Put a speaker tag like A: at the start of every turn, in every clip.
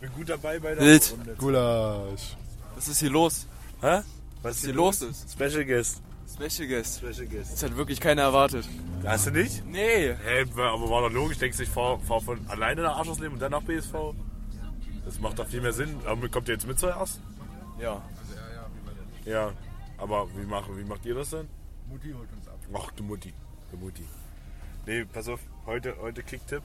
A: bin gut dabei bei der
B: Wild.
A: Runde.
C: Gulasch.
B: Was ist hier los?
A: Hä?
B: Was hier los ist?
A: Special Guest.
B: Special Guest.
A: Special Guest.
B: Das hat wirklich keiner erwartet.
A: Hast du nicht?
B: Nee.
A: Hä, hey, aber war doch logisch, denkst du, ich fahr, fahr von alleine nach Aschersleben und dann nach BSV? Das macht doch viel mehr Sinn. Aber kommt ihr jetzt mit zuerst?
B: Ja.
A: Ja. Aber wie, machen, wie macht ihr das denn? Mutti holt uns ab. Ach, du Mutti. Du Mutti. Nee, pass auf, heute, heute Kicktipp.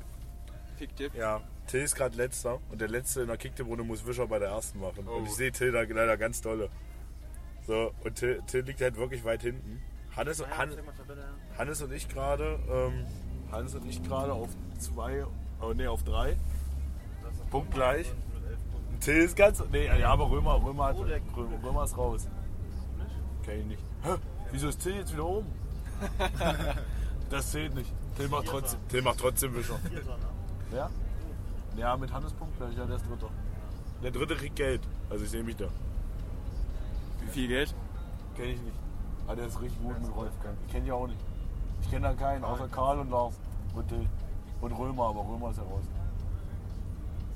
B: Fick Dip.
A: Ja. Till ist gerade letzter und der letzte in der Kicktipp-Runde muss Wischer bei der ersten machen. Und ich sehe Till da leider ganz dolle. So, und Till, Till liegt halt wirklich weit hinten. Hannes, Han, Hannes und ich gerade, ähm, Hannes und ich gerade auf zwei, oh nee, auf drei. Punkt gleich. Und Till ist ganz, nee, ja, aber Römer, Römer, hat, Römer, Römer Oh, ist raus. Kenn ich nicht. Hä? Wieso ist Till jetzt wieder oben? das zählt nicht. Till macht trotzdem, Till macht trotzdem Wischer. Ja? Ja, mit Hannes Punkt gleich, ja, der ist Dritter. Der Dritte kriegt Geld. Also ich sehe mich da.
B: Wie viel Geld?
A: Kenne ich nicht. Aber der ist richtig gut mit Wolfgang. Ich kenne die auch nicht. Ich kenne da keinen, außer Karl und Lars und Till. Und Römer, aber Römer ist ja raus.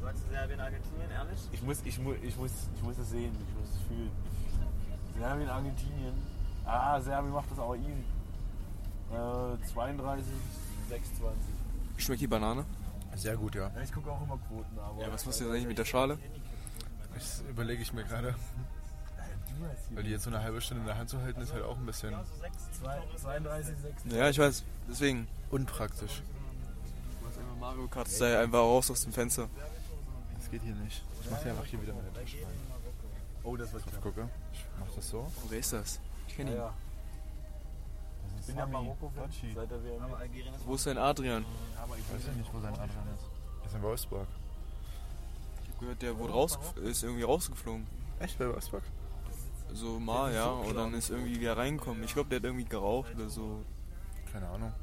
D: Sagst du Serbien, Argentinien, ehrlich?
A: Ich muss, ich, mu ich, muss, ich muss das sehen, ich muss es fühlen. Serbien, Argentinien. Ah, Serbien macht das aber easy. Äh, 32, 26.
B: Schmeckt die Banane?
C: Sehr gut, ja.
A: Ja, ich gucke auch immer Quoten, aber.
B: Ja, was machst du jetzt eigentlich mit der Schale?
C: Das überlege ich mir
A: Du
C: gerade.
A: hast hier
C: Weil die jetzt so eine halbe Stunde in der Hand zu halten, ist halt auch ein bisschen
A: zwei- 32, 6.
B: Ja, ich weiß. Deswegen.
C: unpraktisch.
B: Mario Kart sei einfach raus aus dem Fenster.
C: Das geht hier nicht. Ich mache hier einfach hier wieder meine Tasche rein.
A: Oh, das wird
C: Ich gucke. Ich mache das so.
B: Oh, wer ist das? Ich kenne ihn.
A: Ja, ich bin ja Marokko-Fan.
C: Flatschi.
A: Seit der WM.
B: Wo ist denn Adrian?
C: weiß ja nicht, wo sein Adrian ist. Ist in Wolfsburg.
B: Ich hab gehört, der wurde rausgef- ist irgendwie rausgeflogen.
C: Echt bei Wolfsburg?
B: So mal, ja. Und dann ist irgendwie wieder reingekommen. Ich glaube, der hat irgendwie geraucht oder so.
C: Keine Ahnung.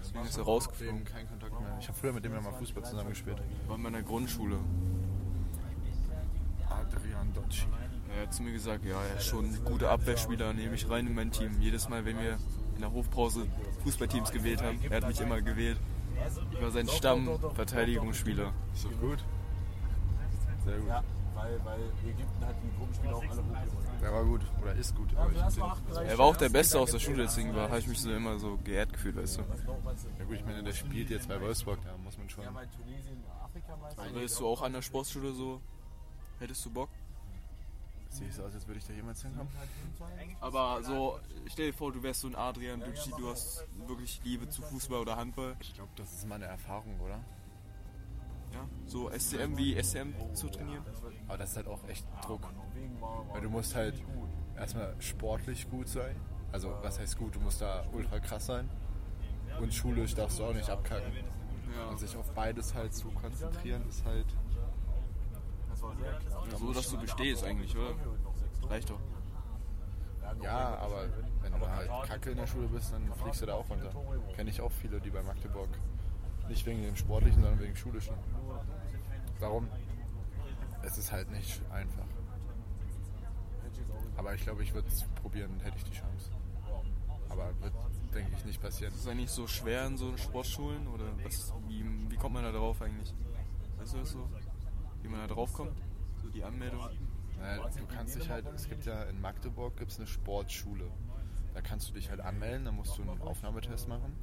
B: Deswegen ist er rausgeflogen.
C: Kein Kontakt mehr. Ich habe früher mit dem ja mal Fußball zusammen gespielt.
B: War in meiner Grundschule.
C: Adrian Dotschi.
B: Er hat zu mir gesagt, ja, er ist schon ein guter Abwehrspieler, nehme ich rein in mein Team. Jedes Mal, wenn wir in der Hofpause Fußballteams gewählt haben, er hat mich immer gewählt. Ich war sein Stammverteidigungsspieler.
C: So gut. Sehr gut.
A: Ja, weil, weil Ägypten hat die Gruppenspiele auch alle hochgeholt.
C: Der war gut. Oder ist gut. Aber ich hab den-
B: Er war auch der Beste aus der Schule, deswegen war- habe ich mich so immer so geehrt gefühlt, weißt du.
C: ja gut, ich meine, der spielt jetzt bei Wolfsburg. Da muss man schon.
A: Ja, bei Tunesien, Afrikameister.
B: Bist du auch an der Sportschule so? Hättest du Bock?
C: Sehe ich so aus, als würde ich da jemals hinkommen?
B: Aber so, stell dir vor, du wärst so ein Adrian Ducci, du hast wirklich Liebe zu Fußball oder Handball.
C: Ich glaube, das ist mal eine Erfahrung, oder?
B: Ja, so SCM wie SCM zu trainieren.
C: Aber das ist halt auch echt Druck.
A: Norwegen war, war
C: Weil du musst halt erstmal sportlich gut sein. Also, was heißt gut? Du musst da ultra krass sein. Und schulisch darfst du auch nicht abkacken.
B: Ja,
C: Und sich auf beides halt zu konzentrieren, ist halt.
A: das war sehr klar.
B: so dass du bestehst eigentlich, oder? Reicht doch.
C: Ja, aber wenn du halt kacke in der Schule bist, dann fliegst du da auch runter. Kenne ich auch viele, die bei Magdeburg. Nicht wegen dem Sportlichen, sondern wegen dem Schulischen. Darum, es ist halt nicht einfach. Aber ich glaube, ich würde es probieren, hätte ich die Chance. Aber wird, denke ich, nicht passieren.
B: Ist es eigentlich so schwer in so Sportschulen oder was, wie, wie kommt man da drauf eigentlich? Weißt du das so? Wie man da drauf kommt? So die Anmeldung?
C: Naja, du kannst dich halt, es gibt ja in Magdeburg gibt's eine Sportschule. Da kannst du dich halt anmelden, dann musst du einen Aufnahmetest machen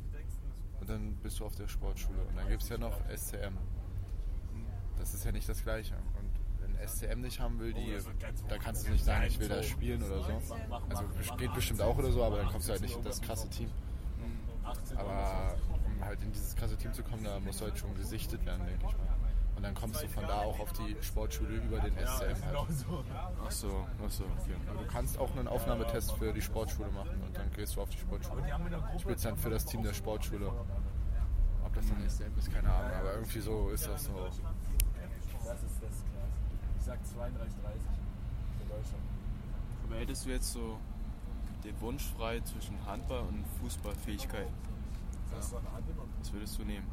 C: und dann bist du auf der Sportschule. Und dann gibt es ja noch SCM. Das ist ja nicht das Gleiche. Und wenn SCM nicht haben will, die, da kannst du nicht sagen, ich will da spielen oder so. Also geht bestimmt auch oder so, aber dann kommst du halt nicht in das krasse Team. Aber um halt in dieses krasse Team zu kommen, da musst du halt schon gesichtet werden, denke ich mal. Und dann kommst du von da auch auf die Sportschule über den SCM
A: genau
C: halt.
B: Achso, achso, okay.
C: Du kannst auch einen Aufnahmetest für die Sportschule machen und dann gehst du auf die Sportschule. Spielst dann für das Team der Sportschule. Ob das dann SDM ist, keine Ahnung, aber irgendwie so ist das so.
A: Das ist das klar. Ich sag 32, 30 für Deutschland.
B: Aber hättest du jetzt so den Wunsch frei zwischen Handball und Fußballfähigkeit,
A: Das war eine andere
B: was würdest du nehmen?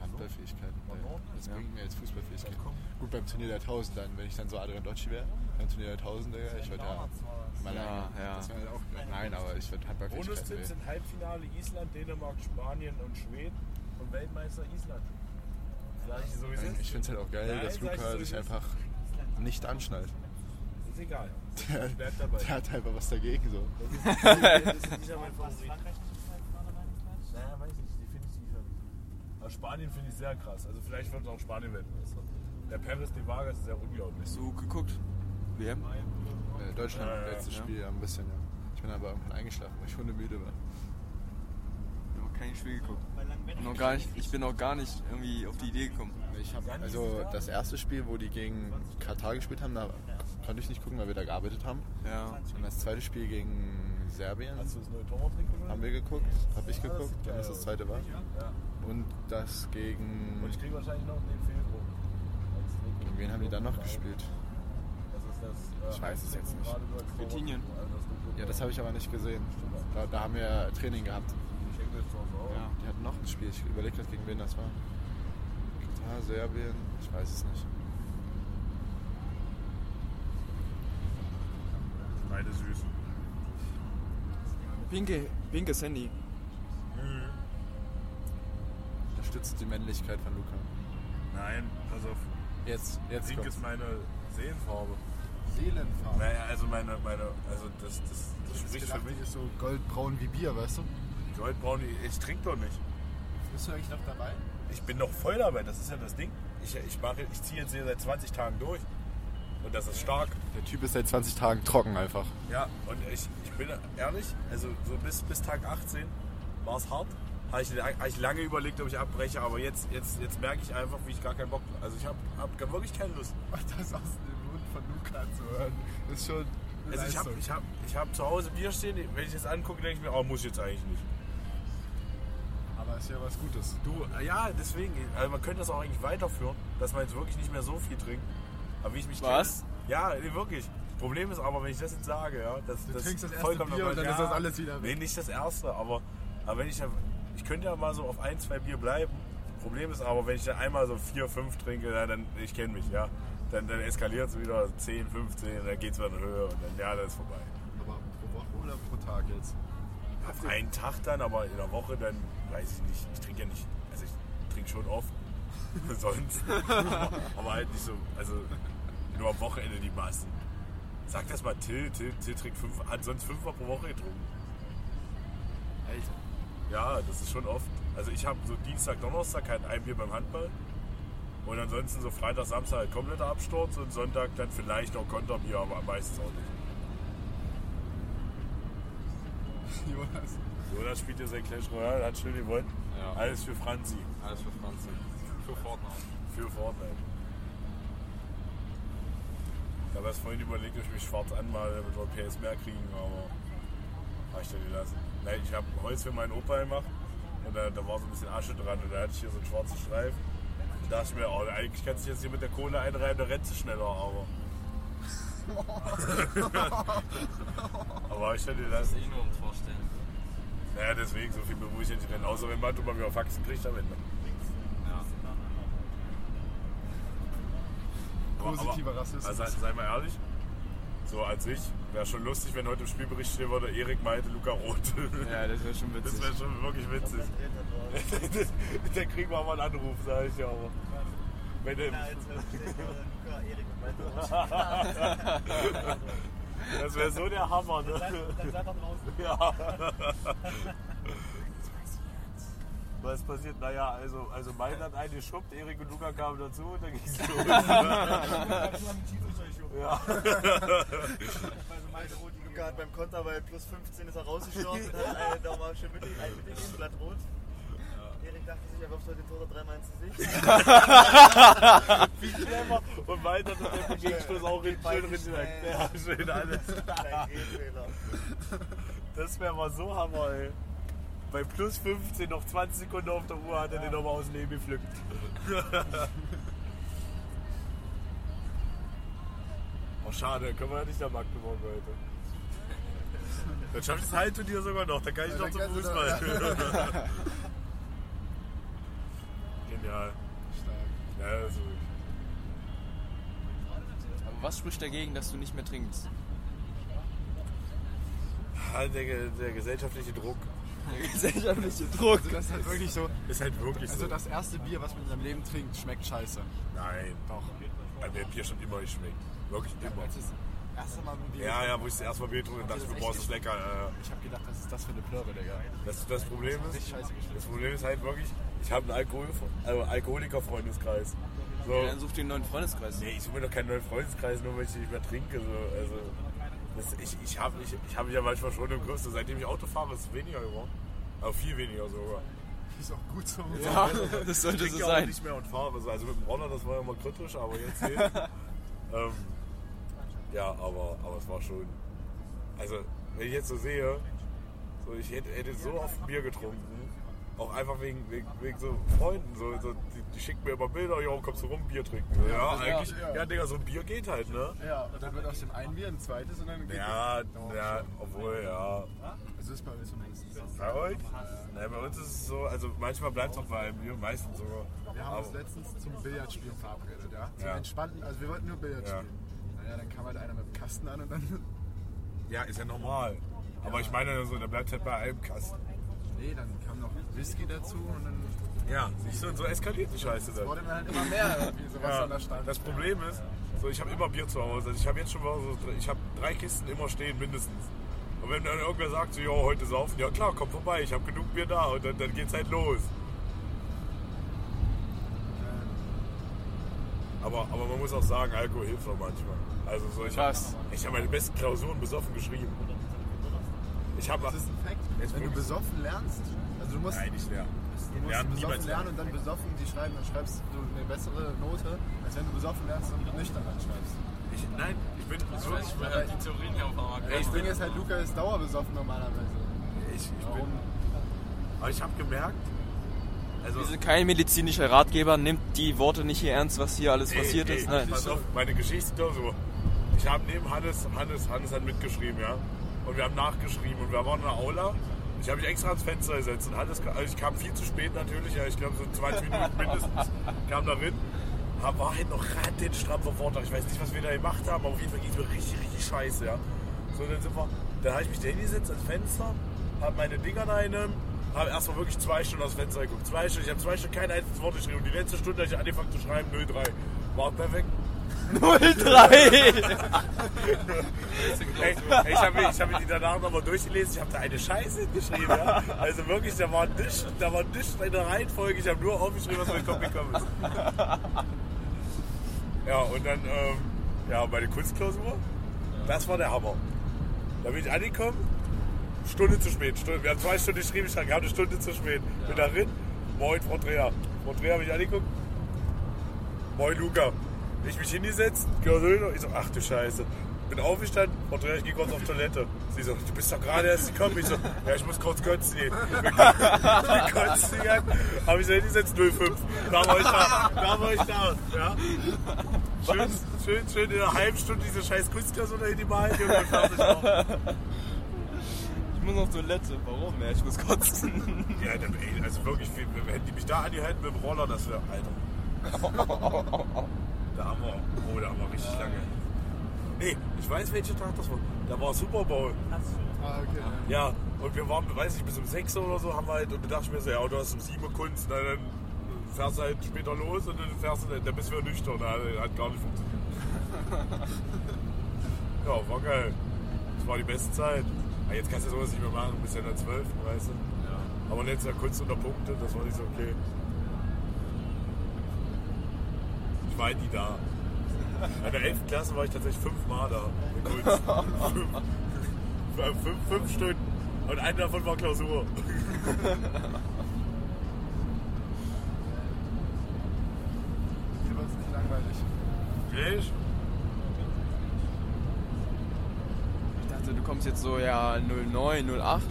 C: Handballfähigkeiten. ey. Das bringt mir jetzt Fußballfähigkeiten. Gut, beim Turnier der 1000 dann, wenn ich dann so Adrian Docci wäre, beim Turnier der 1000, Digga, ich würde ja. Meine
B: Ja,
C: eigene-
B: ja.
C: Das wäre halt auch. Nein, aber ich würde Handballfähigkeiten
A: Bonustipps
C: wählen.
A: sind Halbfinale Island, Dänemark, Spanien und Schweden und Weltmeister Island.
E: Sag ich dir so, wie es ist.
C: Ich finde es halt auch geil,
E: Nein,
C: dass
E: sag ich
C: Luca
E: so, wie
C: sich
E: es ist.
C: einfach nicht anschnallt.
E: Ist egal.
C: Der,
E: Ich bleib dabei.
C: der hat einfach was dagegen so.
E: Das ist sicher mein Favorit.
A: Naja, weiß ich nicht, die finde ich die schon. Aber Spanien finde ich sehr krass. Also vielleicht wird es auch Spanien Weltmeister. Der Perez de Vargas ist ja unglaublich.
B: Hast du geguckt? WM?
C: Äh, Deutschland,
A: Ja, ja,
C: letztes
B: ja.
C: Spiel, ja, ein bisschen, ja. Ich bin aber irgendwann eingeschlafen, weil ich hundemüde war.
B: Ich habe kein Spiel geguckt. Noch gar nicht, ich bin noch gar nicht irgendwie auf die Idee gekommen.
C: Ich hab, also das erste Spiel, wo die gegen Katar gespielt haben, da konnte ich nicht gucken, weil wir da gearbeitet haben.
B: Ja.
C: Und das zweite Spiel gegen Serbien
A: Hast du das neue Torwarttrikot
C: haben wir geguckt, habe ich geguckt, wenn das das zweite war.
A: Ja.
C: Und das gegen...
A: Und ich kriege wahrscheinlich noch den Fehldruck.
C: Gegen wen haben die dann noch gespielt?
A: Das ist das, äh,
C: Ich weiß es jetzt nicht.
A: gerade nur als Torwart-
B: Argentinien.
A: also das Logo.
C: Ja, das habe ich aber nicht gesehen. Da, da haben wir Training gehabt.
A: Ich denke, das ist auch so.
B: Ja.
C: Die hatten noch ein Spiel, ich überlege gerade, gegen wen das war. Katar, Serbien, ich weiß es nicht.
A: Beide süß.
B: Pinke, pinkes Handy.
A: Mhm.
C: Unterstützt die Männlichkeit von Luca.
A: Nein, pass auf.
C: Jetzt, jetzt
A: Sieg ist
C: kommt's.
A: meine Seelenfarbe.
F: Seelenfarbe.
A: Naja, also meine, meine, also das, das, das
F: Ich hab
A: spricht
F: gedacht,
A: für mich.
F: die ist so goldbraun wie Bier, weißt du?
A: Goldbraun, ich trinke doch nicht.
F: Bist du eigentlich noch dabei?
A: Ich bin noch voll dabei, das ist ja das Ding. Ich, ich, mache, ich ziehe jetzt hier seit 20 Tagen durch. Und das ist stark.
C: Der Typ ist seit 20 Tagen trocken einfach.
A: Ja, und ich, ich bin ehrlich, also so bis, bis Tag 18 war es hart. Habe ich, hab ich lange überlegt, ob ich abbreche, aber jetzt, jetzt, jetzt merke ich einfach, wie ich gar keinen Bock Also ich habe hab wirklich keine Lust.
F: Und das aus dem Mund von Luca zu hören, ist schon.
A: Also ich habe ich hab, ich hab zu Hause Bier stehen, wenn ich das angucke, denke ich mir, oh, muss ich jetzt eigentlich nicht.
F: Aber ist ja was Gutes.
A: Du, äh, ja, deswegen, also man könnte das auch eigentlich weiterführen, dass man jetzt wirklich nicht mehr so viel trinkt. Aber wie ich mich
B: Was?
A: kenne- ja, nee, wirklich. Problem ist aber, wenn ich das jetzt sage, ja, das,
F: Du
A: das
F: trinkst das erste
A: vollkommen
F: Bier und
A: normal.
F: dann ist
A: ja,
F: das alles wieder weg.
A: Nee, nicht das erste, aber, aber wenn ich ja, ich könnte ja mal so auf ein, zwei Bier bleiben. Problem ist aber, wenn ich dann einmal so vier, fünf trinke, ja, dann, ich kenne mich, ja. Dann, dann eskaliert es wieder 10, 15, dann geht es wieder in Höhe und dann, ja, dann ist vorbei.
F: Aber pro Woche oder pro Tag jetzt?
A: Auf einen Tag dann, aber in der Woche dann, weiß ich nicht. Ich trinke ja nicht, also ich trinke schon oft, sonst. aber, aber halt nicht so, also nur am Wochenende die Massen. Sag das mal Till, Till, Till trinkt fünf, hat sonst fünfmal pro Woche getrunken.
B: Alter.
A: Ja, das ist schon oft. Also ich habe so Dienstag, Donnerstag halt ein Bier beim Handball. Und ansonsten so Freitag, Samstag halt kompletter Absturz und Sonntag dann vielleicht noch Konterbier, aber meistens auch nicht.
F: Jonas.
A: Jonas spielt ja sein Clash Royale, hat schön gewonnen.
B: Ja.
A: Alles für Franzi,
B: Alles für Franzi. Für Fortnite.
A: für Fortnite. Ich habe erst vorhin überlegt, ob ich mich schwarz anmale, damit wir PS mehr kriegen, aber habe ich dann gelassen. Nein, ich habe Holz für meinen Opa gemacht und da, da war so ein bisschen Asche dran und da hatte ich hier so einen schwarzen Streifen. Da dachte ich mir, oh, eigentlich kannst du jetzt hier mit der Kohle einreiben, da rennst du schneller, aber. aber hab ich dann gelassen.
E: eh nur ums Vorstellen.
A: Naja, deswegen, so viel bemühe ich ja nicht rennen. Außer wenn Mantu bei mir auf Faxen kriegt am Ende. Aber- aber-
F: Positiver Rassismus.
A: Also, sei mal ehrlich, so als ich, wäre schon lustig, wenn heute im Spielbericht stehen würde, Erik meinte Luca Roth.
B: Ja, das wäre schon
A: Das
B: witzig.
A: wäre schon wirklich witzig. Dann kriegen wir mal einen Anruf, sage ich ja auch. Wenn der, das wäre so der Hammer, ne? Ja. Was passiert? Naja, also, also mein hat einen geschubbt, Erik und Luca kamen dazu und dann ging es los. ja.
D: Luca hat beim Konter bei plus 15 ist er rausgestorben und hat einen da mal schön mit ihm ein mit ihm Blatt rot. Erik dachte sich, er wirft heute den Toter dreimal ins Gesicht.
A: Und weiter hat er den Gegenstoß auch richtig schön richtig weg. Ja, schön alles.
D: Kleinen Gehfehler.
A: Das wäre mal so Hammer, ey. Bei plus 15 noch 20 Sekunden auf der Uhr hat er den nochmal aus dem Leben gepflückt. oh, schade, können wir ja nicht nach Magdeburg heute. Dann schafft das Hallenturnier sogar noch, dann kann ich noch zum
F: dann kannst du
A: Fußball. Genial. Ja, also,
B: Aber was spricht dagegen, dass du nicht mehr trinkst?
A: halt der, der gesellschaftliche Druck.
B: Der gesellschaftliche Druck.
F: Das ist halt wirklich so,
A: Ist halt wirklich so.
F: Also das erste Bier, was man in seinem Leben trinkt, schmeckt scheiße.
A: Nein,
F: Doch.
A: weil mir Bier schon immer geschmeckt. Wirklich immer.
F: Als ich das erste Mal ein Bier.
A: Ja, ja, wo ich das erste Mal Bier getrunken habe, dachte ich mir, boah, ist das lecker.
F: Ich habe gedacht, was ist das für eine Plörre, Digga.
A: Äh, Das, das Problem
F: Das ist
A: ist,
F: scheiße geschmeckt.
A: das Problem ist halt wirklich, ich habe einen Alkohol, also Alkoholiker-Freundeskreis. So.
B: Dann such dir einen neuen Freundeskreis.
A: Nee, ich suche mir doch keinen neuen Freundeskreis, nur weil ich nicht mehr trinke. So. Also, das, ich ich habe ich, ich hab mich ja manchmal schon im Griff. So, seitdem ich Auto fahre, ist es weniger geworden. Aber viel weniger sogar.
F: Ist auch gut so.
B: Ja, das
A: Ich
B: sollte
A: trinke
B: so
A: ja auch
B: sein.
A: nicht mehr und fahre. So. Also mit dem Roller, das war ja mal kritisch, aber jetzt geht ähm, Ja, aber, aber es war schon... Also, wenn ich jetzt so sehe, so, ich hätte, hätte so oft Bier getrunken. Auch einfach wegen, wegen, wegen so Freunden. So, so, die, die schicken mir immer Bilder, jo, kommst du rum, Bier trinken. So, ja, eigentlich, ja.
F: ja.
A: Digga, so ein Bier geht halt, ne?
F: Ja, und dann wird aus dem einen Bier ein zweites und dann geht
A: Ja,
F: Doch,
A: ja,
F: schon.
A: obwohl, ja.
F: Also ist bei uns zumindest.
A: Bei euch? Na, bei uns ist es so, also manchmal bleibt es auch bei mir, meistens sogar.
F: Wir haben uns
A: Aber-
F: letztens zum Billardspielen verabredet, ja? Zum
A: Ja.
F: entspannten, also wir wollten nur Billard
A: Ja.
F: spielen. Naja, dann kam halt einer mit dem Kasten an und dann.
A: ja, ist ja normal. Aber ich meine, so, da bleibt halt bei einem Kasten.
F: Nee, dann kam noch Whisky dazu und dann
A: Ja, siehst du, und so eskaliert die Scheiße dann.
F: wurde dann halt immer mehr irgendwie sowas
A: Ja,
F: an der Stand.
A: das Problem ist, so, ich habe immer Bier zu Hause. Also ich habe jetzt schon mal so, ich habe drei Kisten immer stehen, mindestens. Und wenn dann irgendwer sagt, so, jo, heute saufen, ja klar, komm vorbei, ich habe genug Bier da und dann, dann geht's halt los. Aber, aber man muss auch sagen, Alkohol hilft auch manchmal. Also so, ich habe
B: Was?
A: hab meine besten Klausuren besoffen geschrieben. Ich habe
F: Das ist ein Fact.
A: Jetzt
F: Wenn du
A: wirklich.
F: besoffen lernst, also du musst,
A: Nein, nicht lernen.
F: du musst
A: lernen niemals
F: besoffen lernen
A: lernen.
F: und dann besoffen die schreiben, dann schreibst du eine bessere Note, als wenn du besoffen lernst und nüchtern dann schreibst.
A: Ich, nein, ich bin
F: Also,
A: wirklich,
B: die Theorien hier auf einmal
F: das Ding ist halt, Luca ist dauerbesoffen normalerweise.
A: ich, ich bin,
F: Warum?
A: aber ich habe gemerkt, also
B: Wir sind kein medizinischer Ratgeber, nimmt die Worte nicht hier ernst, was hier alles
A: Ey,
B: passiert
A: ey,
B: ist. Nein.
A: Pass auf, meine Geschichtsklausur. Ich habe neben Hannes, Hannes, Hannes hat mitgeschrieben, ja. Und wir haben nachgeschrieben und wir waren in der Aula. Ich habe mich extra ans Fenster gesetzt und Hannes, also ich kam viel zu spät natürlich, ja, ich glaube so 20 Minuten mindestens, kam da rein. hab- War halt noch gerade den Stramm vom Vortrag. Ich weiß nicht, was wir da gemacht haben, aber auf jeden Fall ging es mir richtig, richtig scheiße, ja. So, dann sind wir, dann habe ich mich da hingesetzt ans Fenster, habe meine Dinger da hingenommen, habe erstmal wirklich zwei Stunden aus dem Fenster geguckt. Zwei Stunden, ich habe zwei Stunden kein einziges Wort geschrieben. Und die letzte Stunde habe ich angefangen zu schreiben, 03. War perfekt.
B: 03!
A: Ey, ey, ich habe ich hab die danach nochmal durchgelesen, ich habe da eine Scheiße geschrieben. Ja? Also wirklich, da war nicht, da war nicht eine Reihenfolge, ich habe nur aufgeschrieben, was mein Kopf gekommen ist. Ja, und dann, ähm, ja, meine Kunstklausur, das war der Hammer. Da bin ich angekommen, Stunde zu spät. Stunde, wir haben zwei Stunden geschrieben, ich habe eine Stunde zu spät. Bin da drin, moin Frau Dreher. Frau Dreher habe ich angeguckt, Moin Luca. Ich mich hingesetzt, Geröne. Ich so, ach du Scheiße. Bin aufgestanden, Frau Dreher, ich gehe kurz auf Toilette. Sie so, du bist doch gerade erst gekommen. Ich so, ja, ich muss kurz kotzen gehen. Ich bin kotzen gegangen, habe ich so hingesetzt, 05. Da war ich da, da war ich da. Ja. Schön, schön, schön in einer halben Stunde diese scheiß Kunstklausur dahin gemalt und dann fertig auch.
B: Ich muss auf Toilette. Warum? Ja, ich muss kotzen.
A: Ja, ey, also wirklich, wir, wir hätten die mich da angehalten mit dem Roller, das wäre, Alter. Da haben wir, oh, da haben wir richtig lange. Nee, ich weiß, welcher Tag das war. Da war Super Bowl.
F: Ah, okay.
A: Ja, und wir waren, weiß nicht, bis um 6 oder so haben wir halt, und da dachte ich mir so, ja, du hast um 7 Uhr Kunst, na, dann fährst du halt später los und dann fährst du, dann bist du ja nüchtern. Na, hat gar nicht funktioniert. ja, war geil. Das war die beste Zeit. Aber jetzt kannst du sowas nicht mehr machen, du bist ja in der 12, weißt du. Aber letztes Jahr Kunst unter Punkte, das war nicht so okay. Ich war halt nie da. In der 11. Klasse war ich tatsächlich fünfmal da. in Kunst. Fünf- äh, fünf, fünf Stunden. Und eine davon war Klausur.
F: Hier wird es nicht langweilig.
A: Ich?
B: Ich dachte, du kommst jetzt so, ja, 09, 08,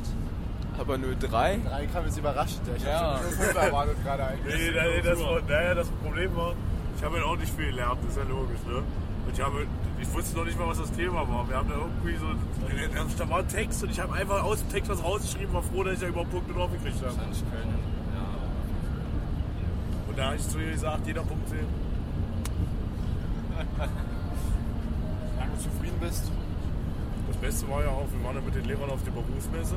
B: aber 03.
F: Drei kam jetzt überrascht, ja. Ich
B: Ja.
F: hab schon nur fünf erwartet gerade eigentlich.
A: Nee, nee, nee, das, war, naja, das Problem war, ich habe halt auch nicht viel gelernt, das ist ja logisch, ne? Und ich, habe, ich wusste noch nicht mal, was das Thema war. Wir haben da irgendwie so. also Da war ein Text und ich habe einfach aus dem Text was rausgeschrieben, war froh, dass ich da überhaupt Punkte drauf gekriegt habe. Und da habe ich zu ihr gesagt, jeder Punkt zählt.
F: Wenn du zufrieden bist,
A: Das Beste war ja auch, wir waren ja mit den Lehrern auf der Berufsmesse.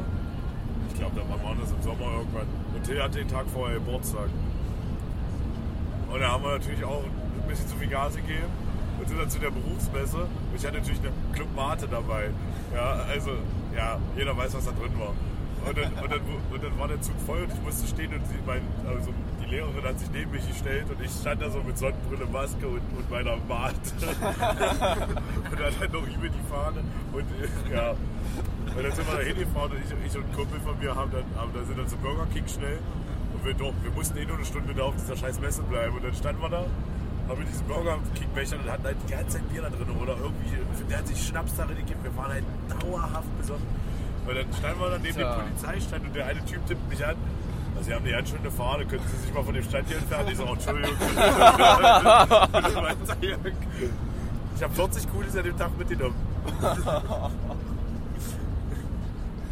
A: Ich glaube, da war- waren das im Sommer irgendwann. Und Till hatte den Tag vorher Geburtstag. Und da haben wir natürlich auch ein bisschen zu viel Gas gegeben und sind dann zu der Berufsmesse. Und ich hatte natürlich eine Clubmate dabei. Ja, also, ja, jeder weiß, was da drin war. Und dann, und dann, und dann war der Zug voll und ich musste stehen und sie, mein, also die Lehrerin hat sich neben mich gestellt und ich stand da so mit Sonnenbrille, Maske und, und meiner Mate. und dann halt noch über die Fahne. Und äh, ja, und dann sind wir da hingefahren und ich, ich und ein Kumpel von mir haben dann, haben, dann sind dann zum Burger King schnell. Und wir, doch, wir mussten eh nur eine Stunde da auf dieser scheiß Messe bleiben. Und dann standen wir da, haben mit diesen Burger King Bechern und hatten halt die ganze Zeit Bier da drin. Oder irgendwie, der hat sich Schnaps darin gegeben. Wir waren halt dauerhaft besoffen. Und dann standen wir dann neben dem Polizeistand und der eine Typ tippt mich an. Also, Sie haben eine ganz schöne Fahne, können Sie sich mal von dem Stand hier entfernen? Ich so, oh, Entschuldigung. ich habe 40 Kulis an dem Tag mitgenommen.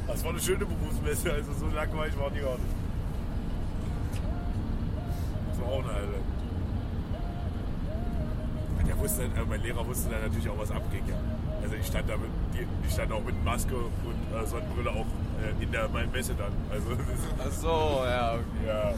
A: Das war eine schöne Berufsmesse, also so langweilig war die gar nicht. Das war auch eine Hölle. Der wusste, äh, mein Lehrer wusste dann natürlich auch, was abging. Ja. Also ich stand, da mit, die- ich stand auch mit Maske und äh, Sonnenbrille auch äh, in der meinen Messe dann. Also, das ist-
B: Ach so, ja, okay.
A: ja.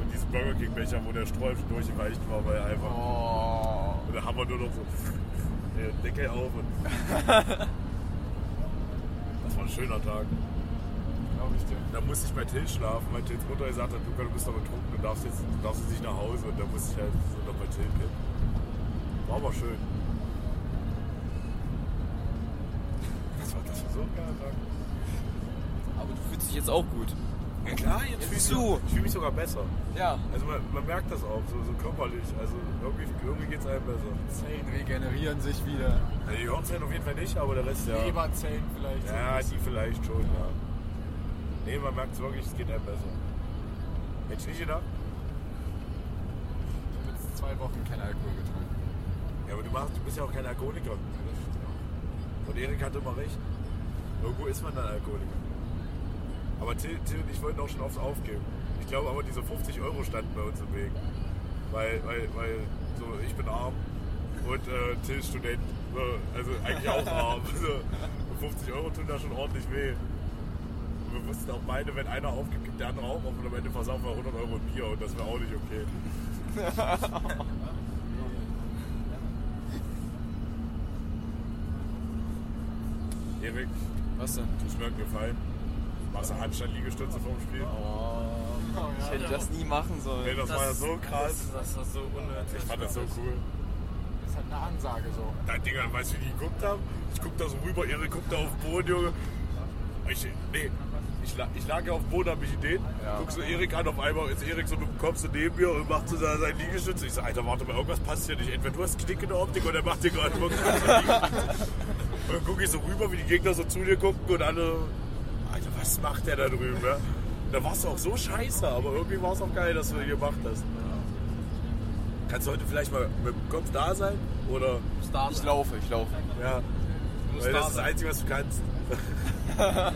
A: Und diesen Burger King Becher, wo der Sträufen durchgereicht war, weil einfach...
B: Oh.
A: Und da haben wir nur noch so den Deckel auf und. Das war ein schöner Tag.
F: Glaube ich dir.
A: Da musste ich bei Till schlafen, weil Tills Mutter gesagt hat, Luca, du bist doch betrunken, du darfst jetzt, du darfst jetzt nicht nach Hause. Und da musste ich halt so noch bei Till pennen. War aber schön. Das war, das war so ein geiler Tag.
B: Aber du fühlst dich jetzt auch gut.
A: Ja klar, jetzt
B: fühlst
A: so-
B: du.
A: Ich fühle mich sogar besser.
B: Ja.
A: Also man, man merkt das auch, so, so körperlich. Also irgendwie, irgendwie geht es einem besser.
F: Zellen regenerieren sich wieder.
A: Also die Hirnzellen auf jeden Fall nicht, aber der Rest ja.
F: Leberzellen vielleicht.
A: Ja, die vielleicht schon, ja. Nee, man merkt es wirklich, es geht einem besser. Hätte ich nicht gedacht.
F: Ich habe jetzt zwei Wochen keinen Alkohol getrunken.
A: Ja, aber du, machst, du bist ja auch kein Alkoholiker. Und Erik hatte immer recht. Irgendwo ist man dann Alkoholiker. Aber Till, Till und ich wollten auch schon oft aufgeben. Ich glaube aber, diese 50 Euro standen bei uns im Weg. Weil, weil, weil so, ich bin arm und äh, Till ist Student. So, also eigentlich auch arm. So, 50 Euro tun da schon ordentlich weh. Und wir wussten auch beide, wenn einer aufgibt, gibt der andere auch auf und am Ende versaufen wir 100 Euro im Bier und das wäre auch nicht okay. Erik,
B: Was denn?
A: das mir hat gefallen. Machst du Handstand-Liegestütze vorm Spiel?
B: Ich hätte das nie machen
A: Ey,
B: sollen.
A: das, war ja so krass.
E: Das war so unnötig.
A: Ich fand das so cool.
F: Das ist halt eine Ansage so.
A: Da, Digga, weißt du, wie die geguckt haben? Ich guck da so rüber, Erik guckt da auf den Boden, Junge. Ich, nee, ich, la- ich lag ja auf dem Boden, hab mich Ideen. Guck so Erik an, auf einmal ist Erik so mit dem Kopf so neben mir und macht so seine seine Liegestütze. Ich so, Alter, warte mal, irgendwas passt hier nicht. Entweder du hast Knick in der Optik oder er macht dir gerade wirklich so eine Liegestütze. Und dann guck ich so rüber, wie die Gegner so zu dir gucken und alle, Alter, was macht der da drüben, ja? Da warst du auch so scheiße, aber irgendwie war es auch geil, dass du das gemacht hast. Kannst du heute vielleicht mal mit dem Kopf da sein? Oder
B: Ich laufe, ich laufe.
A: ja. Weil das ist das Einzige, was du kannst. Hat-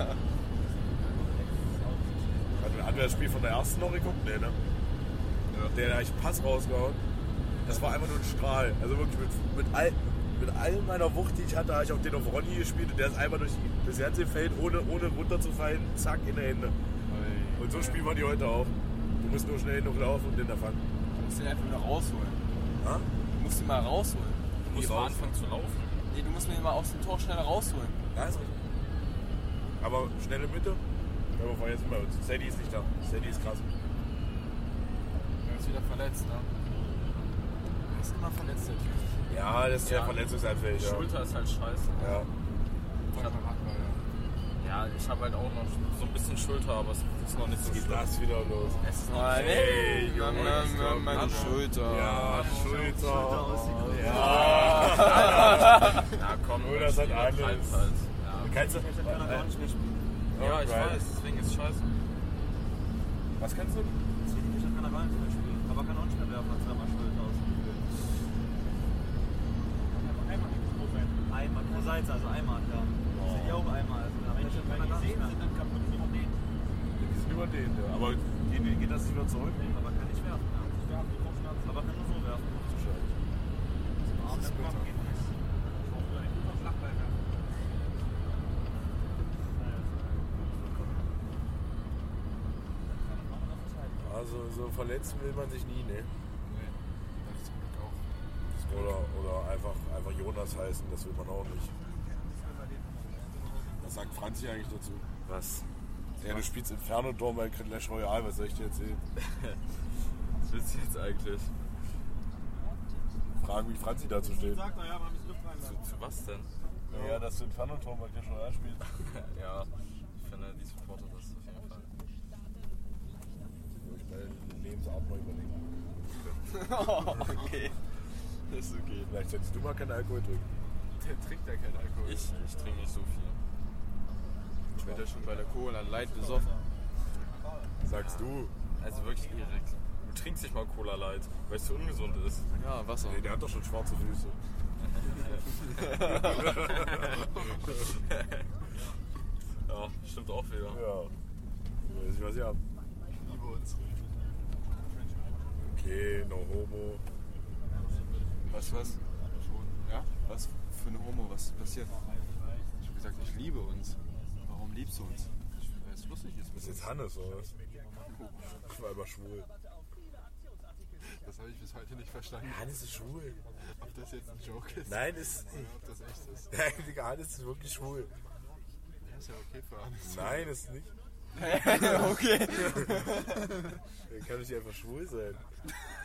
A: Hatten wir das Spiel von der ersten noch geguckt? Nee, ne? Der hat einen Pass rausgehauen. Das war einfach nur ein Strahl. Also wirklich mit, mit, all, mit all meiner Wucht, die ich hatte, habe ich auf den auf Ronny gespielt und der ist einmal durch die- das ganze Feld, ohne, ohne runterzufallen, zack, in der Hände. Und so spielen wir die heute auch. Du musst nur schnell genug laufen und den da fangen.
B: Du musst den einfach wieder rausholen.
A: Ha?
B: Du musst ihn mal rausholen.
E: Du musst mal
A: raus.
E: anfangen zu laufen.
B: Nee, du musst mir mal aus dem Tor schneller rausholen.
A: Ja, ist richtig. Aber schnelle Mitte. Aber vorher sind wir uns. Sadie ist nicht da. Sadie ist krass.
F: Er ist wieder verletzt, ne? Er ist immer verletzt, der Typ.
A: Ja, das ist ja,
E: Ja.
A: verletzungsanfällig. Ja.
E: Schulter ist halt scheiße.
A: Ja.
F: Voll verhackbar, ja.
E: Ja, ich habe halt auch noch so ein bisschen Schulter, aber es ist noch nicht so
A: Was geht
E: schlimm.
A: das wieder los?
E: Es ist noch
A: Hey,
B: Na,
A: Junge.
B: na, na, Meine Schulter.
A: Ja, Schulter.
D: ausgekommen.
E: Ja, komm,
A: Nur das hat alles.
E: übertreib's Halt. Ja.
A: Kannst du.
E: ja, ich
A: Alright.
E: weiß, deswegen ist scheiße.
A: Was kannst du?
D: Einmal pro Seite, also einmal, ja. Das ist ja auch einmal. Also, da wenn ich wenn man sehen, sind dann kaputt die Ideen.
A: Die sind über den. ja. Aber geht, geht das nicht wieder zurück?
D: Aber kann nicht werfen, ja. Aber kann nur so werfen. Das ist bitter.
A: so, Also, so verletzen will man sich nie, ne?
F: Das zum Glück auch.
A: Oder, oder einfach, einfach Jonas heißen, das will man auch nicht.
G: Was sagt Franzi eigentlich dazu?
A: Was?
G: Ja, du spielst Inferno Dorm bei Clash Royale, was soll ich dir erzählen?
E: Was willst du jetzt eigentlich?
G: Fragen, wie Franzi dazu steht.
E: Zu, zu was denn?
G: Ja, dass du Inferno Dorm bei Clash Royale spielst.
E: Ja, ich finde, die supportet das auf jeden Fall.
G: Ich meine, Lebensabend neu überlegen.
B: Oh,
E: Okay. Ist okay.
G: Vielleicht solltest du mal keinen Alkohol trinken.
B: Der trinkt ja keinen Alkohol.
E: Ich, ich trinke nicht so viel.
B: Ich werde ja schon bei der Cola light besoffen.
G: Sagst du?
E: Also wirklich, Erik, du trinkst nicht mal Cola Light, weil es so ungesund ist.
B: Ja, Wasser.
G: Nee, der hat doch schon schwarze Füße.
E: Ja, stimmt auch wieder.
G: Ja. Weiß ich, was ihr habt.
F: Liebe uns.
G: Okay, no homo.
B: Was, was? Ja? Was für eine Homo? Was passiert?
C: Ich habe gesagt, ich liebe uns.
B: Warum liebst du uns? Weil es lustig ist.
G: Das ist jetzt Hannes, oder? was? Ich war immer schwul.
F: Das habe ich bis heute nicht verstanden,
A: Hannes ist schwul.
F: ob das jetzt ein Joke ist
A: Nein, ist.
F: oder ob das echt ist.
A: Nein, Digga, Hannes ist wirklich schwul.
F: Ja, ist ja okay für alles.
A: Nein, ist nicht.
B: okay.
A: Er kann nicht einfach schwul sein.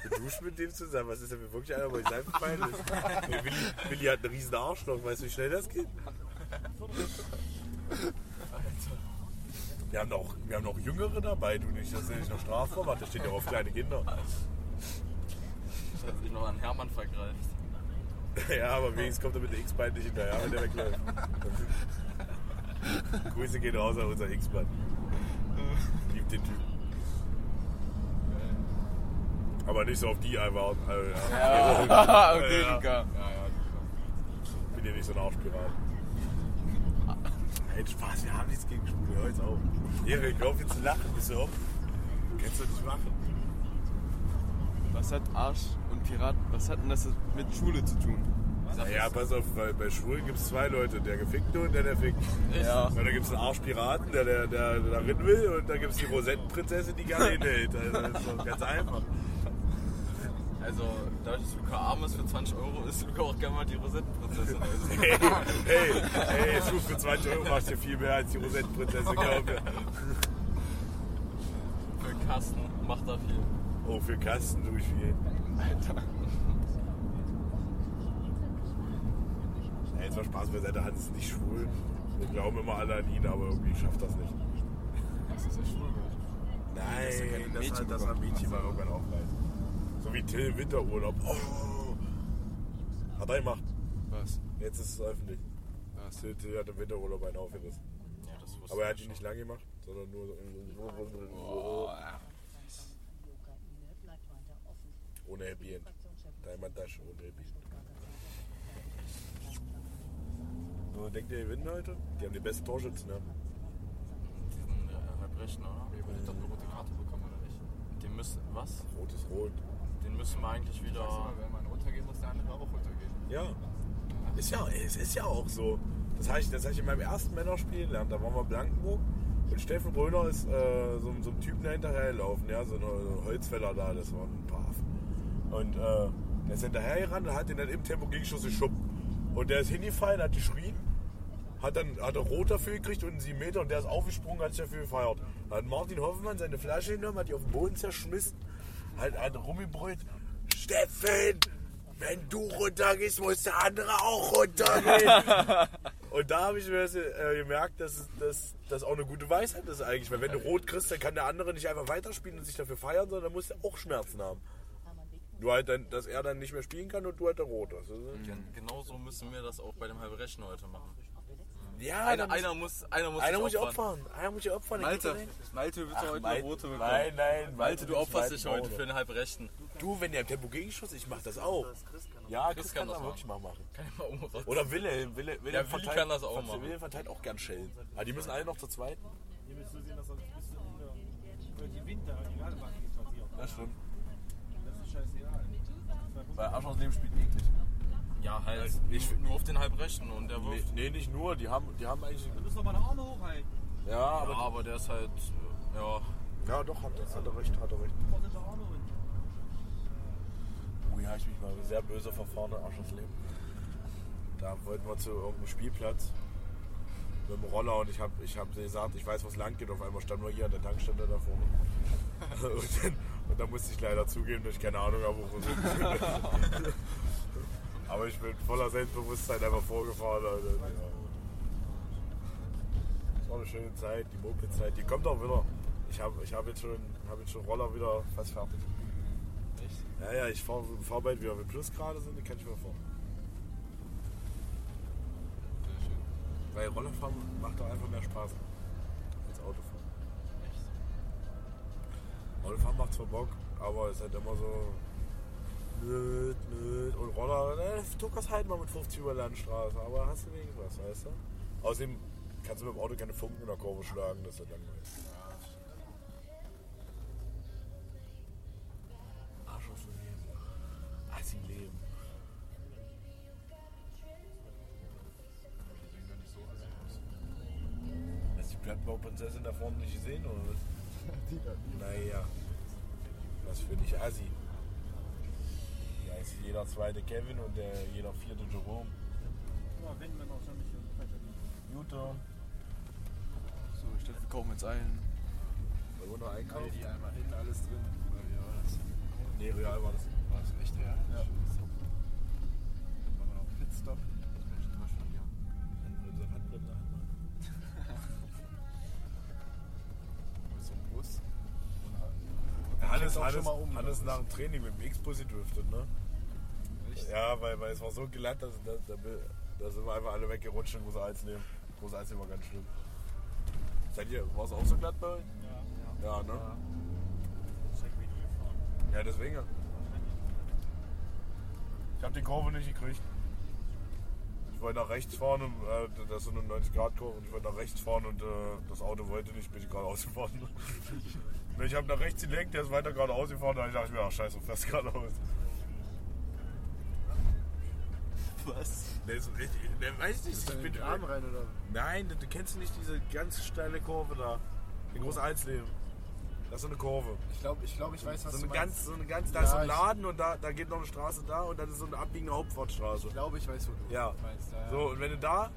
A: Wir duschen mit dem zusammen. Was ist denn wenn wirklich einer, wo ich sein Feind ist? Ey, Willi, Willi hat einen riesen Arschloch. Weißt du, wie schnell das geht? Wir haben noch, wir haben noch Jüngere dabei, du nicht, dass er nicht noch strafbar macht. Da steht ja auch auf kleine Kinder.
E: Ich hab sich noch an Hermann vergreift.
A: Ja, aber wenigstens kommt er mit der X-Bein nicht hinterher, wenn der wegläuft. Grüße gehen raus an unser X-Bein. Liebt den Typen. Aber nicht so auf die einfach. Also, ja.
B: Ah, okay,
A: Ja.
B: Digga.
A: Ich bin ja nicht so ein Arschpirat. Nein, Spaß, wir haben nichts gegen Schwule, hör jetzt auf. Erik, hör auf jetzt zu lachen, bist du auf? Kannst du nicht machen.
B: Was hat Arsch und Pirat, was hat denn das mit Schule zu tun?
A: Naja, pass auf, weil bei Schwulen gibt es zwei Leute, der Gefickte und der, der fickt.
B: Ja.
A: Und da gibt es einen Arschpiraten, der, der, der da rein will und da gibt es die Rosettenprinzessin, die gerne hinhält. Also das ist doch ganz einfach.
E: Also, dadurch, dass Luca arm ist für 20 Euro, ist Luca auch gerne mal die Rosettenprinzessin. Also,
A: Hey, hey, hey, Schuh für 20 Euro machst du viel mehr als die Rosettenprinzessin, glaub mir.
E: für den Kasten macht er viel.
A: Oh, für Kasten tue ich viel. Alter. Ey, jetzt war Spaß beiseite, Hans ist nicht schwul. Wir glauben immer alle an ihn, aber irgendwie schafft das nicht.
F: Das ist ja schwul.
A: Nein, das, hat, das hat Mädchen mal irgendwann auch weiß. So wie Till Winterurlaub. Oh. Hat er gemacht.
B: Was?
A: Jetzt ist es öffentlich.
B: Was?
A: Till, Till hat im Winterurlaub einen aufgerissen.
E: Ja, das wusste
A: Aber er hat ihn nicht lang gemacht, sondern nur so.
H: Luca-Ine bleibt weiter offen.
A: Ohne Happy End.
H: Fraktionschef
A: Diamond Dash ohne Happy End.
H: Stuttgarter
A: So, denkt ihr, die gewinnen heute? Die haben die besten Torschützen, ne?
E: diesen äh, Verbrechen, oder? Weil ich doch eine rote Karte bekommen, oder nicht? Den müssen, was?
A: Rot ist rot.
E: Den müssen wir eigentlich wieder...
F: Sag mal, wenn man runtergeht, muss der andere auch runtergehen.
A: Ja. Ist ja, es ist ja auch so. Das habe ich, das hab ich in meinem ersten Männerspiel gelernt. Da waren wir in Blankenburg und Steffen Röner ist äh, so, so einem Typen da hinterhergelaufen, ja, so ein so ein Holzfäller da, das war ein paar Affen. Und äh, der ist hinterhergerannt und hat den dann im Tempo Gegenschuss geschubbt. Und der ist hingefallen, hat geschrien, hat dann hat er rot dafür gekriegt und einen 7 Meter und der ist aufgesprungen, hat sich dafür gefeiert. Dann hat Martin Hoffmann seine Flasche genommen, hat die auf den Boden zerschmissen, hat, hat rumgebrüllt, Steffen, wenn du runtergehst, muss der andere auch runtergehen. und da habe ich mir das, äh, gemerkt, dass das dass auch eine gute Weisheit ist eigentlich. Weil wenn du rot kriegst, dann kann der andere nicht einfach weiterspielen und sich dafür feiern, sondern muss er auch Schmerzen haben. Nur halt, dann, dass er dann nicht mehr spielen kann und du halt der Rot hast.
E: Gen genauso müssen wir das auch bei dem Halbrechen heute machen.
A: Ja,
E: Einer,
A: dann-
E: einer muss, einer muss,
A: einer
E: sich
A: muss ich opfern. Einer muss ich opfern. der kriegt
E: Malte,
A: den.
E: Malte, willst du heute eine
A: Malte-
E: rote bekommen?
A: Nein, nein.
E: Malte, du opferst dich heute
A: Maul.
E: für den Halbrechten.
A: Du, wenn der im Tempo gegenschuss, ich mach das auch. Ja, Chris, kann, das
E: kann das machen.
A: wirklich mal machen.
E: Kann ich mal umrotzen.
A: Oder Wilhelm. Wille, Wilhelm
E: Willi kann das auch machen.
A: Wilhelm verteilt auch gern Schellen. Aber die müssen alle noch zur zweiten.
I: Ihr müsst so sehen, dass das bis zum Ende über die Winter die Ladebank geht, was ihr auch.
A: Das stimmt.
I: Das ist scheißegal.
G: Weil Arsch aus Leben spielt eklig.
E: Ja, halt. Ich nur auf den Halbrechten und der
A: Nee,
E: wirft.
A: nee, nicht nur. Die haben, die haben eigentlich.
I: Dann müssen wir mal die Arme hochhalten.
A: Ja, aber
E: Ja, aber der ist halt, äh, ja,
A: Ja, doch, hat, hat er recht, hat er recht. Oh ja, ich mich mal sehr böse verfahren in Arsch das Leben. Da wollten wir zu irgendeinem Spielplatz mit dem Roller und ich habe ich hab gesagt, ich weiß, wo es lang geht. Auf einmal standen wir hier an der Tankstelle da vorne. und, dann, und dann musste ich leider zugeben, dass ich keine Ahnung habe, wo es lang geht. Aber ich bin voller Selbstbewusstsein einfach vorgefahren. Also, ja. Das war eine schöne Zeit, die Moped-Zeit, die kommt auch wieder. Ich habe ich hab jetzt, schon- hab jetzt schon Roller wieder fast fertig. Ja, ja, ich fahre fahr bald wieder. Wenn Plusgrade sind, dann kann ich wieder fahren. Weil Rollerfahren macht doch einfach mehr Spaß als Autofahren. Rollerfahren macht zwar Bock, aber es ist halt immer so. Nöd, nöd. Und Roller, äh, du kannst halt mal mit 50 über Landstraße, aber hast du wenigstens was, weißt du? Außerdem kannst du mit dem Auto keine Funken in der Kurve schlagen, das ist halt langweilig. Arsch aus dem Leben. Assi Leben. Hast du die Blattbauprinzessin da vorne nicht gesehen, oder was? Naja. Was für dich Assi. Da ist jeder zweite Kevin und der, jeder vierte Jerome.
I: Ja, wenn man auch so ein bisschen weiter geht.
A: Jutta.
B: So, ich dachte, wir kaufen jetzt ein.
A: Wollen wir noch einkaufen?
C: die einmal hin, alles drin. Ja, das
A: Nee, real war das.
C: war das echt real. Ja. Machen wir noch einen Pitstop.
A: Unsere Handbrille einmal. ne?
C: Zum Bus.
A: Hannes,
C: auch schon
A: Hannes,
C: mal um,
A: Hannes
C: oder?
A: nach dem Training mit dem X-Pussy driftet, ne? Ja, weil, weil es war so glatt, dass, dass, da, da sind wir einfach alle weggerutscht in große Alsleben. Große Alsleben war ganz schlimm. Seid ihr, war es auch so glatt bei euch? Ja. Ja, ne? Ja, deswegen. ja. Ich habe die Kurve nicht gekriegt. Ich wollte nach rechts fahren, und, äh, das ist so eine 90-Grad-Kurve, und ich wollte nach rechts fahren und äh, das Auto wollte nicht, bin ich gerade ausgefahren. Nee, ich habe nach rechts gelenkt, der ist weiter geradeaus gefahren, da dachte ich mir, ach scheiße, du fährst geradeaus.
E: Was?
A: Der ist richtig, der weiß nicht, ich bin
F: Arm rein oder?
A: Nein, du kennst nicht diese ganz steile Kurve da. Die große Alsleben. Das ist so eine Kurve.
F: Ich glaube, ich, glaub, ich weiß, was
A: So
F: du
A: eine
F: meinst.
A: ganz, so eine ganz, da
F: Ja,
A: ist so ein
F: ich-
A: Laden und da, da geht noch eine Straße da und dann ist so eine abbiegende Hauptfahrtstraße.
F: ich glaube, ich weiß, wo du
A: Ja.
F: meinst. Ja, ja.
A: So, und wenn du da,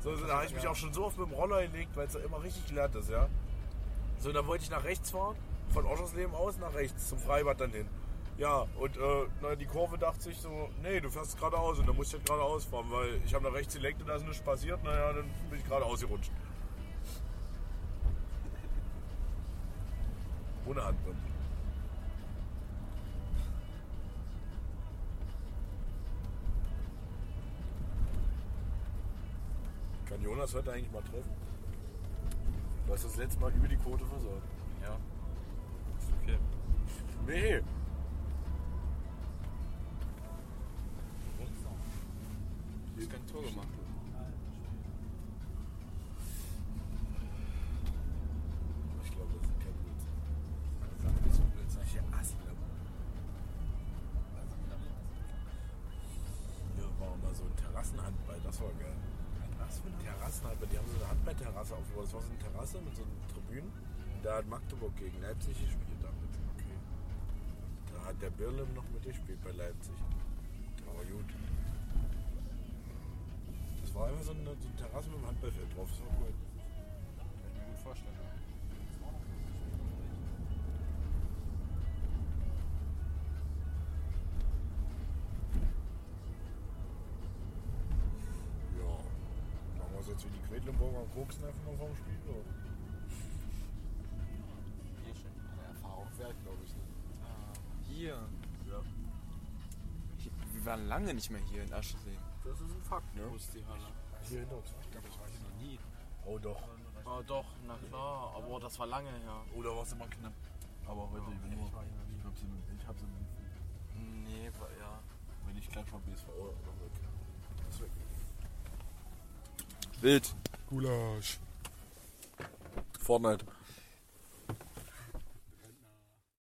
A: so, so da habe ich mich
F: ja.
A: auch schon so oft mit dem Roller gelegt, weil es da immer richtig glatt ist, ja. So, und dann wollte ich nach rechts fahren, von Oschersleben aus nach rechts, zum Freibad dann hin. Ja, und äh, na, die Kurve dachte sich so, nee, du fährst geradeaus und dann musst du halt geradeaus fahren, weil ich habe nach rechts gelenkt und da ist nichts passiert, naja, dann bin ich geradeaus gerutscht. Ohne Handbremse. Kann Jonas heute eigentlich mal treffen? Du hast das letzte Mal über die Quote versorgt.
E: Ja. Ist okay.
A: Nee.
B: Ich kein Tor gemacht.
A: Ich glaube, das ist kein Blitz. Das ist ja Assi, glaube ich. Hier war mal so ein Terrassenhandball, das war geil. Was für ein Terrassenhandball? Die haben so eine Handballterrasse aufgebaut. Das war so eine Terrasse mit so einer Tribüne. Da hat Magdeburg gegen Leipzig gespielt damit. Okay. Da hat der Birlim noch mitgespielt bei Leipzig. Da war gut. Das war einfach so eine, so eine Terrasse mit einem Handballfeld drauf. Das war cool.
C: Kann ich mir gut vorstellen.
A: Ja. Machen wir es jetzt wie die Quedlinburger und koksen einfach mal vorm Spiel. Oder?
C: Erfahrung wert, glaube ich.
A: ne?
B: Hier. Ich, wir waren lange nicht mehr hier in Aschesee.
A: Das ist ein Fakt, ne?
E: Muss die Halle.
A: Hier hinter uns. Ich glaube, ich war hier noch nie. Oh doch.
E: Ah doch, na klar, aber das war lange her.
A: Oder oh, war es Oh, immer knapp? Aber heute, ich, ich, ich glaube, ich habe sie
E: Nee, war, ja.
A: Wenn ich klatsch vom BSV, oder? Das weg.
B: Wild.
G: Gulasch. Fortnite.